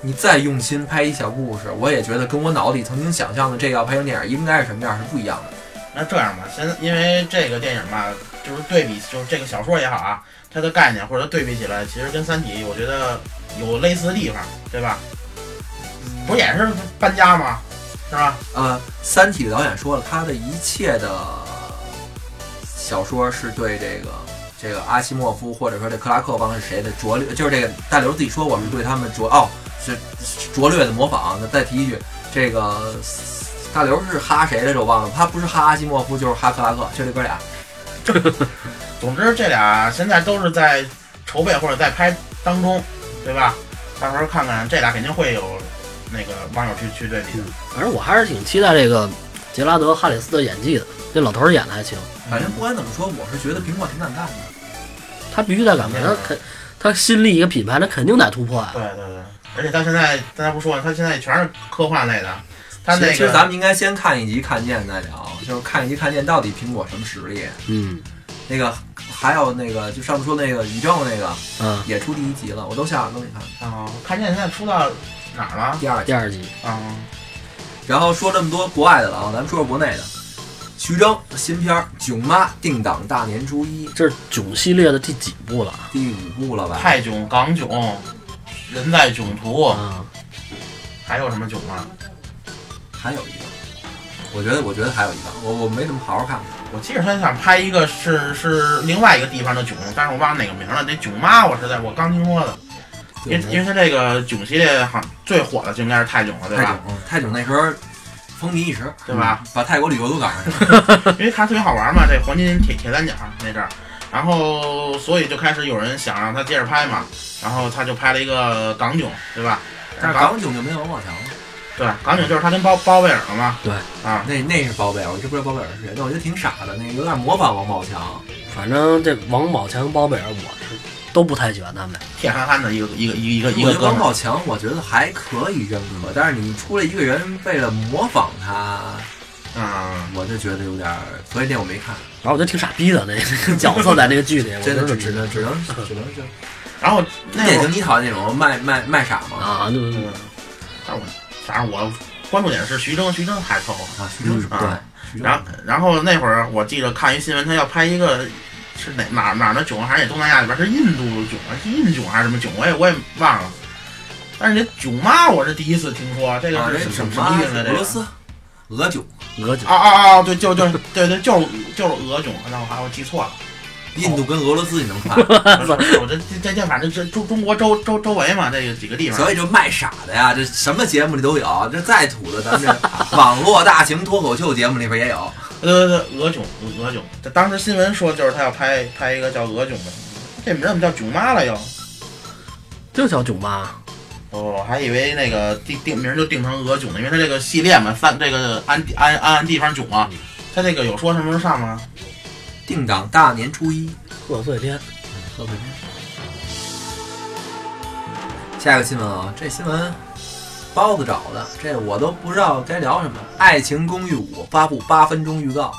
你再用心拍一小故事，我也觉得跟我脑子里曾经想象的这个要拍成电影应该是什么样是不一样的。那这样吧，现在因为这个电影吧，就是对比，就是这个小说也好啊，它的概念或者对比起来，其实跟《三体》我觉得有类似的地方，对吧？不也是搬家吗？是吧？呃，《三体》的导演说了，他的一切的小说是对这个这个阿西莫夫或者说这克拉克忘了是谁的拙劣，就是这个大刘自己说我们对他们拙哦是拙劣的模仿。那再提一句，这个大刘是哈谁来着？我忘了，他不是哈阿西莫夫就是哈克拉克，就这哥俩。总之，这俩现在都是在筹备或者在拍当中，对吧？到时候看看这俩肯定会有那个网友去去对比的。嗯反正我还是挺期待这个杰拉德·哈里斯的演技的，这老头儿演的还行，嗯反正不管怎么说，我是觉得苹果挺敢干的。他必须得敢拍，他肯他新立一个品牌，他肯定得突破呀、对对对，而且他现在大家不说，他现在全是科幻类的，他那其个实其实咱们应该先看一集看见再聊，就是看一集看见到底苹果什么实力。嗯那个还有那个就上次说那个宇宙那个啊，也出第一集了，我都下了都没看啊、看见现在出到哪儿了？第二集。第二集啊、然后说这么多国外的了啊，咱们说说国内的。徐峥新片儿《囧妈》定档大年初一，这是囧系列的第几部了啊？第五部了吧？泰囧、港囧、人在囧途，啊，还有什么囧啊？还有一个，我觉得我觉得还有一个，我我没怎么好好看过。我记着他想拍一个是是另外一个地方的囧，但是我忘了哪个名了。那囧妈我是在我刚听说的，因为因为他这个囧系列好像最火的就应该是泰囧了，对泰吧？囧，嗯泰囧那时候风靡一时，嗯对吧？把泰国旅游都赶上了。因为它特别好玩嘛，这黄金铁铁三角那阵儿，然后所以就开始有人想让他接着拍嘛，然后他就拍了一个港囧，对吧？但是港港囧就没有王宝强了，对港囧就是他跟包包贝尔嘛，对啊，那那是包贝尔，我真不知道包贝尔是谁，但我觉得挺傻的，那个有点模仿王宝强。反正这王宝强、包贝尔，我是都不太喜欢他们。铁憨憨的一个一个一个一我个觉一得个哥王们儿，宝强，我觉得还可以认可，但是你出来一个人为了模仿他，嗯，我就觉得有点儿，所以那我没看，反正我觉得挺傻逼的那个角色在那个剧哎里，我真的就只只只能能只能只能这样。然后那典会儿型你讨厌那种卖卖卖傻嘛？啊，那嗯，但是我反正我关注点是徐峥，徐峥还凑合。啊，徐峥是嗯对，然后然后那会儿我记得看一新闻，他要拍一个是哪哪哪儿的囧，还是哪东南亚里边儿是印度囧还是印囧还是什么囧，我也我也忘了。但是这囧妈我是第一次听说，这个啊，是这什什么么什么意思呢？俄这罗个斯俄囧，俄囧啊啊啊！对，就就对对，就是就是俄囧，那我还我记错 了。印度跟俄罗斯你能看，我这这这反正这中中国周周周围嘛，这个几个地方。所以就卖傻的呀，这什么节目里都有，这再土的咱们这网络大型脱口秀节目里边也有。呃，俄囧，俄俄囧，这当时新闻说就是他要拍拍一个叫俄囧的，这名儿怎么叫囧妈了又？就叫囧妈，哦，我还以为那个定定名儿就定成俄囧呢，因为它这个系列嘛，三这个按地按按按地方囧嗯啊，它这个有说什么时候上吗？定档大年初一，贺岁片。喝杯下一个新闻啊，这新闻包子找的，这我都不知道该聊什么。《爱情公寓五》发布八分钟预告，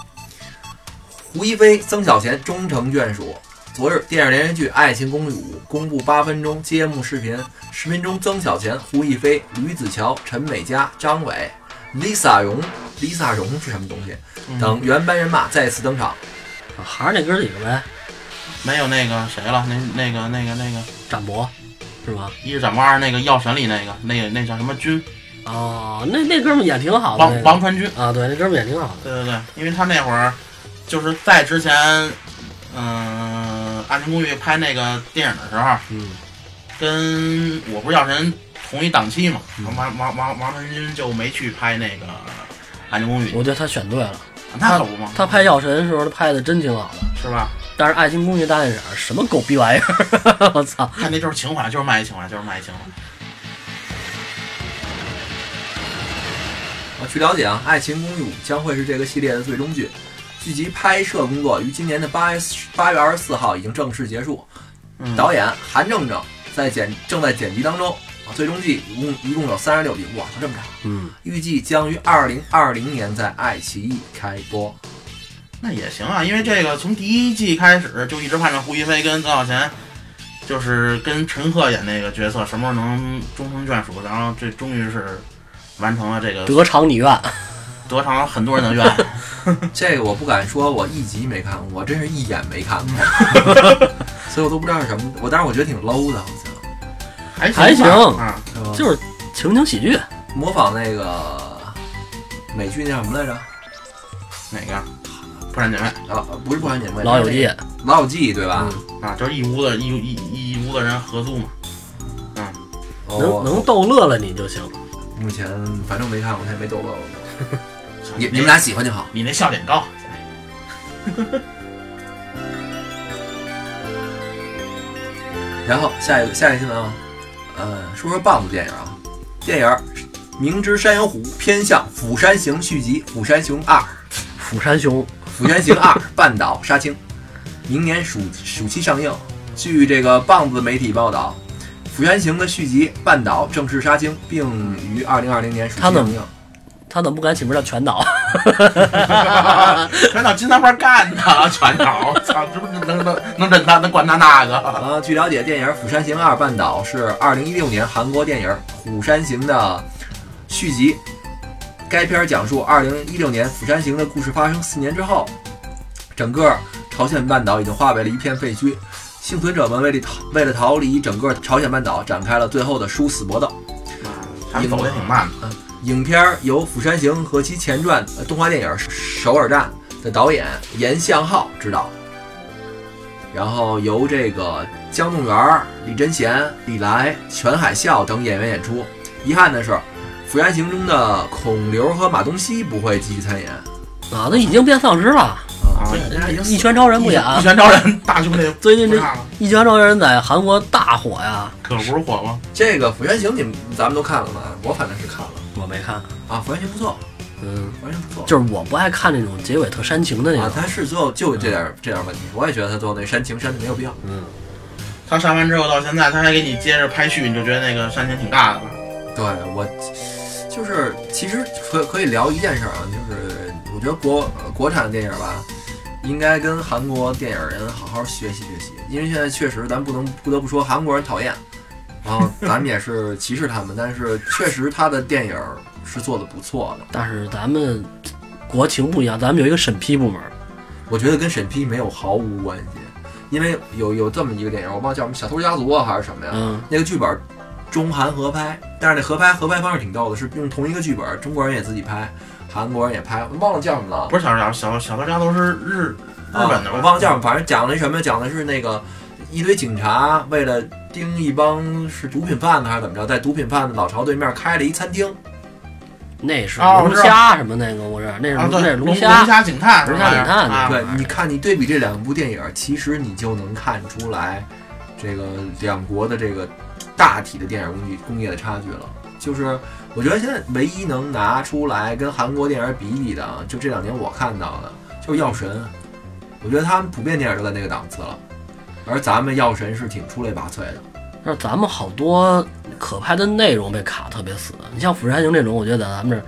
胡一菲、曾小贤终成眷属。昨日，电视连续剧《爱情公寓五》公布八分钟揭幕视频，视频中曾小贤、胡一菲、吕子乔、陈美嘉、张伟、Lisa 荣，Lisa 荣是什么东西？嗯等原班人马再次登场。啊还是那哥几个呗，没有那个谁了，那那个那个那个展博是吗？一是展望，二那个药神里那个那个那叫什么君哦，那那哥们儿演挺好的，王那个王传君。啊，对，那哥们儿演挺好的。对对对，因为他那会儿就是在之前，嗯、爱情公寓》拍那个电影的时候，嗯，跟我不是药神同一档期嘛，嗯王王王王王传君就没去拍那个《爱情公寓》，我觉得他选对了。那可不嘛，他拍《药神》的时候拍的真挺好的，是吧？但是《爱情公寓》大电影儿什么狗逼玩意儿， 我操！看那就是情怀，就是卖情怀，就是卖情怀。啊，据了解啊，《爱情公寓五》将会是这个系列的最终剧，剧集拍摄工作于今年的八月八月二十四号已经正式结束。嗯导演韩正正在剪正在剪辑当中啊，最终季一共一共有三十六集，哇，这么长，嗯，预计将于二零二零年在爱奇艺开 播。那也行啊，因为这个从第一季开始就一直盼着胡一菲跟呃曾小贤，就是跟陈赫演那个角色什么时候能终成眷属，然后这终于是完成了这个得偿你愿。得偿了很多人的愿。这个我不敢说，我一集没看过，我真是一眼没看过， 所以我都不知道是什么。我当时我觉得挺 low 的，好像还还行行吧啊，就就是情景喜剧，模仿那个美剧那叫什么来着？哪个？破产姐妹啊，不是破产姐妹，老友记，啊老友记对吧？嗯啊，就是一屋子一一一一屋子人合租嘛。能哦，能逗乐了你就行。目前反正没看过，他也没逗乐过。你那你们俩喜欢就好。你那笑点高，然后下一个下一个新闻啊，呃，说说 BOSS 电影啊，电影《明知山有虎，偏向釜山行》续集《釜山行二》釜山熊， 《釜山行二》 半岛杀青，明年暑暑期上映。据这个棒子媒体报道，《釜山行》的续集《半岛》正式杀青，并于二零二零年暑期他怎上么映。他怎么不敢起名叫全岛？ 全到金三花干的，全到，操，这不能能能能他能管他那个？啊，据了解，电影《釜山行二半岛》是二零一六年韩国电影《釜山行》的续集。该片讲述二零一六年釜山行的故事发生四年之后，整个朝鲜半岛已经化为了一片废墟，幸存者们为了逃为了逃离整个朝鲜半岛，展开了最后的殊死搏斗。他们走的挺慢的，影片儿由《釜山行》和其前传、呃动画电影《首尔站》的导演严相浩执导，然后由这个姜栋元儿、李贞贤、李来、全海啸等演员演出。遗憾的是，《釜山行》中的孔刘和马东锡不会继续参演啊，那已经变丧尸了，啊啊，人家已一经拳超人啊不演。一拳超人大兄 弟最近不这看了，一拳超人在韩国大火呀，可不是火吗？这个《釜山行》，你们咱们都看了吗？我反正是看了我没看。啊，《釜山行》不错，嗯， 《釜山行》不错。就是我不爱看那种结尾特煽情的那啊，种。他是最后就这点儿这点儿问题，我也觉得他最后那煽情煽的没有必要。嗯，他上完之后到现在，他还给你接着拍续，你就觉得那个煽情挺大的了。对我就是，其实可可以聊一件事儿啊，就是我觉得国呃国产的电影吧，应该跟韩国电影人好好学习学习，因为现在确实咱不能不得不说韩国人讨厌，然后咱们也是歧视他们，但是确实他的电影是做的不错的，但是咱们国情不一样，咱们有一个审批部门，我觉得跟审批没有毫无关系，因为有有这么一个电影，我忘了叫什么《小偷家族》啊还是什么呀，嗯，那个剧本中韩合拍，但是那合拍合拍方式挺逗的，是用同一个剧本，中国人也自己拍，韩国人也拍，忘了叫什么了，不是小偷家小小偷家都是日日啊本的吧？我忘了叫什么，反正讲的什么，讲的是那个一堆警察为了盯一帮是毒品贩子还是怎么着，在毒品贩子老巢对面开了一餐厅，那是啊我龙知道虾什么那个，不是，那是啊，龙那对，是龙虾。虾警探，龙虾警探啊，对，你看你对比这两部电影，其实你就能看出来这个两国的这个大体的电影工业工业的差距了。就是我觉得现在唯一能拿出来跟韩国电影比一比的啊，就这两年我看到的，就是《药神》，我觉得他们普遍电影都在那个档次了，而咱们《药神》是挺出类拔萃的。但是咱们好多可拍的内容被卡特别死，你像《釜山行》这种，我觉得在咱们这儿，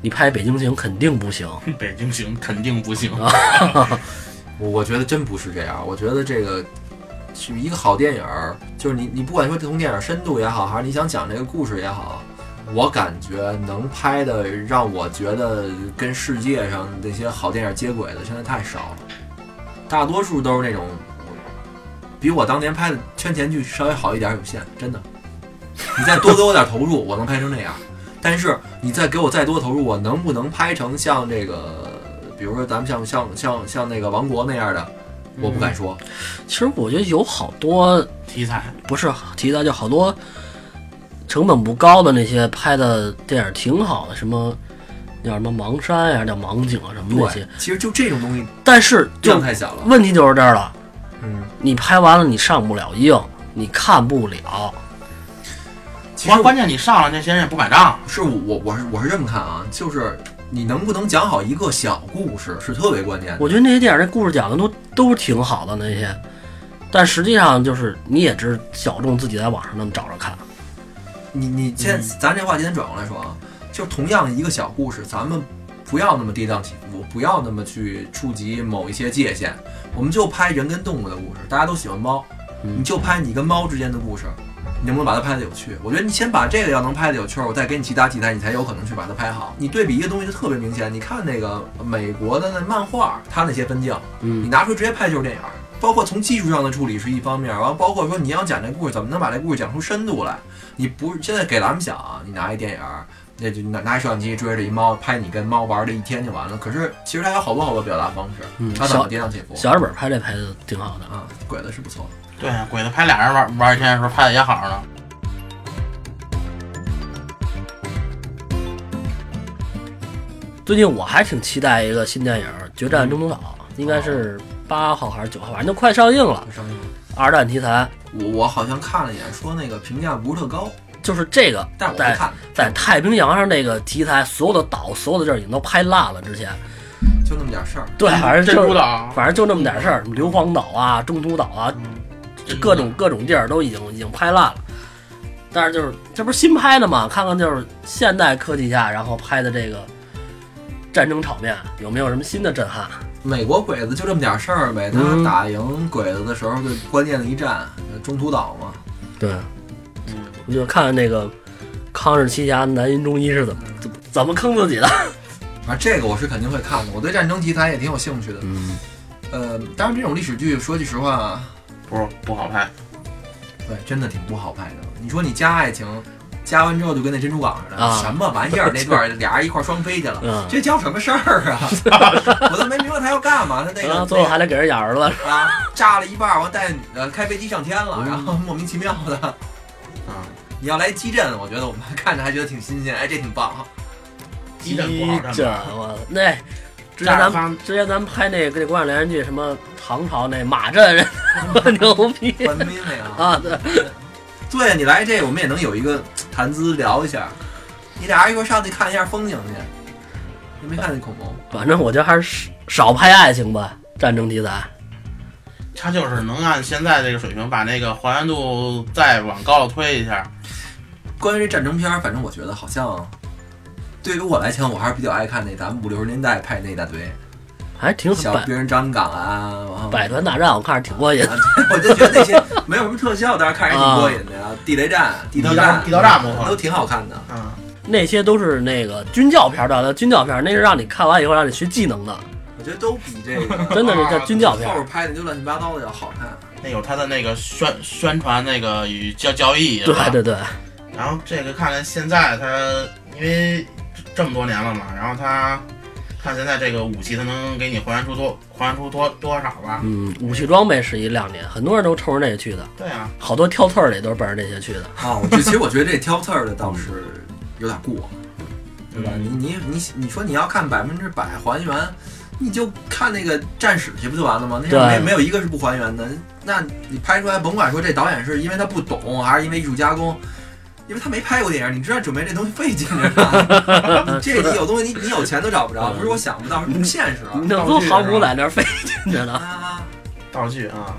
你拍《北京行》肯定不行。北京行肯定不行。啊我我觉得真不是这样，我觉得这个是一个好电影儿，就是你你不管说从电影深度也好，还是你想讲这个故事也好，我感觉能拍的让我觉得跟世界上那些好电影接轨的现在太少了，大多数都是那种比我当年拍的圈钱剧稍微好一点儿有限，真的。你再多给我点投入，我能拍成那样。但是你再给我再多投入，我能不能拍成像这个，比如说咱们像像像像那个王国那样的，我不嗯敢说。其实我觉得有好多题材不是提到，就好多成本不高的那些拍的电影挺好的，什么叫什么盲山呀、叫盲井啊什么那对些，，其实就这种东西但是量就太小了。问题就是这儿了，嗯，你拍完了你上不了映，你看不了。其实关关键你上了，那些人也不买账。是我我我是我是这么看啊，就是你能不能讲好一个小故事是特别关键的。我觉得那些电影那故事讲的都都挺好的那些，但实际上就是你也只是小众自己在网上那么找着哦看。你你现嗯在咱这话今天转过来说啊，就是同样一个小故事，咱们不要那么跌宕起伏，不要那么去触及某一些界限，我们就拍人跟动物的故事。大家都喜欢猫，嗯你就拍你跟猫之间的故事，你能不能把它拍的有趣？我觉得你先把这个要能拍的有趣，我再给你其他题材，你才有可能去把它拍好。你对比一个东西就特别明显，你看那个美国的那漫画，它那些分镜，你嗯，拿出来直接拍就是电影儿。包括从技术上的处理是一方面，然后包括说你要讲这故事，怎么能把这故事讲出深度来？你不是现在给咱们想啊，你拿一电影儿那就拿拿摄像机追着一猫拍你跟猫玩了一天就完了。可是其实它有好多好多表达方式，嗯它怎么小跌宕起伏小日本拍这拍的挺好的。啊？鬼子是不错，对啊，鬼子拍俩人玩玩一天的时候拍的也好呢。最近我还挺期待一个新电影《决战中途岛》，应该是八号还是九号，反正就快上映了。上映了二战题材，我我好像看了一眼，说那个评价不是特高，就是这个但我不在看，在太平洋上这个题材，所有的岛、所有的地儿已经都拍烂了。之前就那么点事儿。对，反正珍哎就珠是岛，反正就那么点事儿，什么硫磺岛啊、中途岛啊，珍珠岛各种各种地儿都已经已经拍烂了。但是就是这不是新拍的嘛？看看就是现代科技下，然后拍的这个战争场面有没有什么新的震撼？美国鬼子就这么点事儿呗，他嗯打赢鬼子的时候，最关键的一战，呃中途岛嘛，对，嗯我就看那个康氏七侠南云忠一是怎么怎么怎么坑自己的。啊，这个我是肯定会看的。我对战争题材也挺有兴趣的。嗯，呃，当然这种历史剧，说句实话，不是不好拍，对，真的挺不好拍的。你说你加爱情，加完之后就跟那珍珠港似的，啊什么玩意儿？那段儿俩人一块儿双飞去了，嗯这叫什么事儿啊？ 我都没明白他要干嘛。他那然后个啊最后还得给人养儿子。啊，炸了一半儿，完带呃开飞机上天了，然后莫名其妙的。 嗯，你要来基镇，我觉得我们看着还觉得挺新鲜，哎，这挺棒哈。地震不好看这吧。我那这之前咱样们方之前咱们拍那个那国产连续剧，什么唐朝那马震， 牛逼官兵那个啊！对，对你来这，我们也能有一个谈资聊一下。你俩人一块儿上去看一下风景去。你没看那恐龙？反正我觉得还是少拍爱情吧，战争题材。他就是能按现在这个水平把那个还原度再往高了推一下。关于这战争片儿，反正我觉得好像，对于我来讲，我还是比较爱看那咱们五六十年代拍那一大堆，还挺像嗯百别人张港啊，然后百团大战，我看着挺过瘾。啊，我就觉得那些没有什么特效，但是看着挺过瘾的呀。地雷战、地道战、地道战不错都挺好看的。嗯，那些都是那个军教片儿的，军教片儿那是让你看完以后让你学技能的，我觉得都比这个 真的是叫军教后 片儿。边拍的就乱七八糟的要好看。那有他的那个宣宣传那个与交交易，是对吧对对，然后这个看来现在它因为这么多年了嘛，然后它看现在这个武器它能给你还原出多还原出多多少吧？嗯，武器装备是一亮点，很多人都冲着这个去的，对啊，好多挑刺儿的也都是奔着这些去的。 啊，我觉得其实我觉得这挑刺儿的倒是有点过，对吧？嗯你你你你说你要看百分之百还原，你就看那个战史去不就完了吗？那上对没没有一个是不还原的。那你拍出来，甭管说这导演是因为他不懂，还是因为艺术加工。因为他没拍过电影，你知道准备这东西费劲着呢。 你这你有东西，你你有钱都找不着，不是我想不到，是不现 实啊你弄道出具是吧航母在那儿飞进 去了，啊！道具啊，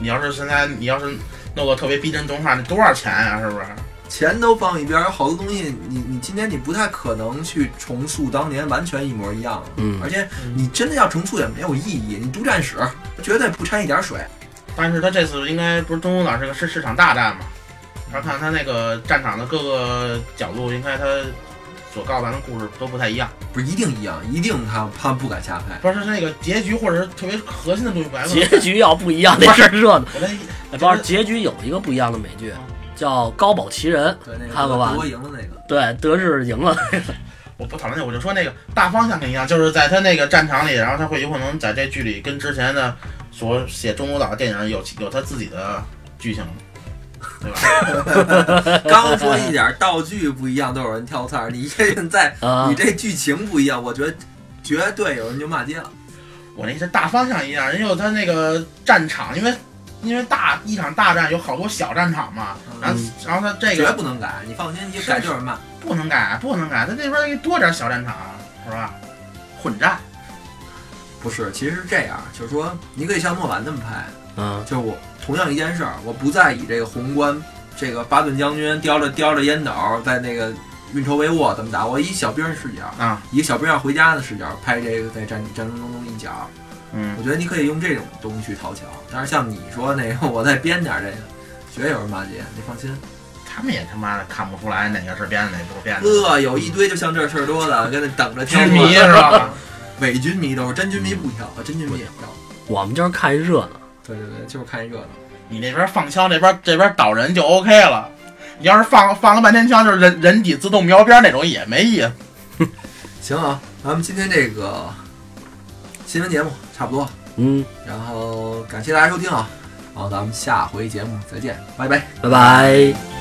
你要是现在你要是弄个特别逼真动画，那多少钱呀、是不是？钱都放一边儿，有好多东西你你今天你不太可能去重塑当年完全一模一样，嗯而且你真的要重塑也没有意义，你读战史绝对不掺一点水。但是他这次应该不是中东岛是个市市场大战嘛？然后看他那个战场的各个角度，应该他所告诉咱的故事都不太一样，不是一定一样，一定他他不敢瞎拍。不是那个结局或者是特别核心的东西不太一结样。局要不一样那事儿 热闹。我在哎，不是，结局有一个不一样的美剧，叫《高保奇人》，对，那个看过吧德国赢的那个，对，德日赢了。我不讨论这，我就说那个大方向跟一样，就是在他那个战场里，然后他会有可能在这剧里跟之前的所写中国岛的电影有有他自己的剧情，对吧？刚说一点道具不一样都有人挑刺儿，你这现在 啊你这剧情不一样，我觉得绝对有人就骂街了。我那是大方向一样，因为他那个战场，因为因为大一场大战有好多小战场嘛，然后然后他这嗯绝啊个不能改，你放心，你改就是骂。不能改，不能改，他那边给多点小战场是吧？混战，不是，其实是这样，就是说你可以像诺兰那么拍，嗯，就是我同样一件事儿，我不再以这个宏观，这个巴顿将军叼着叼着烟斗在那个运筹帷幄怎么打，我以小兵视角，啊，以小兵要回家的视角拍这个在战战争中的一角，嗯，我觉得你可以用这种东西去讨巧。但是像你说那个，我再编点这个，绝有人骂街，你放心。他们也他妈的看不出来哪个是编的，哪个不是编的，这有一堆就像这事儿多的，跟那等着剧挑迷错是 吧？伪军迷都是真军迷不挑，真军迷也不挑。我们就是看一热闹。对对对，就是看一热闹。你那边放枪，这边这边倒人就 OK 了。你要是放放了半天枪，就是人人体自动瞄边那种也没意思。行啊，咱们今天这个新闻节目差不多，嗯，然后感谢大家收听啊，然后咱们下回节目再见，拜拜。拜拜。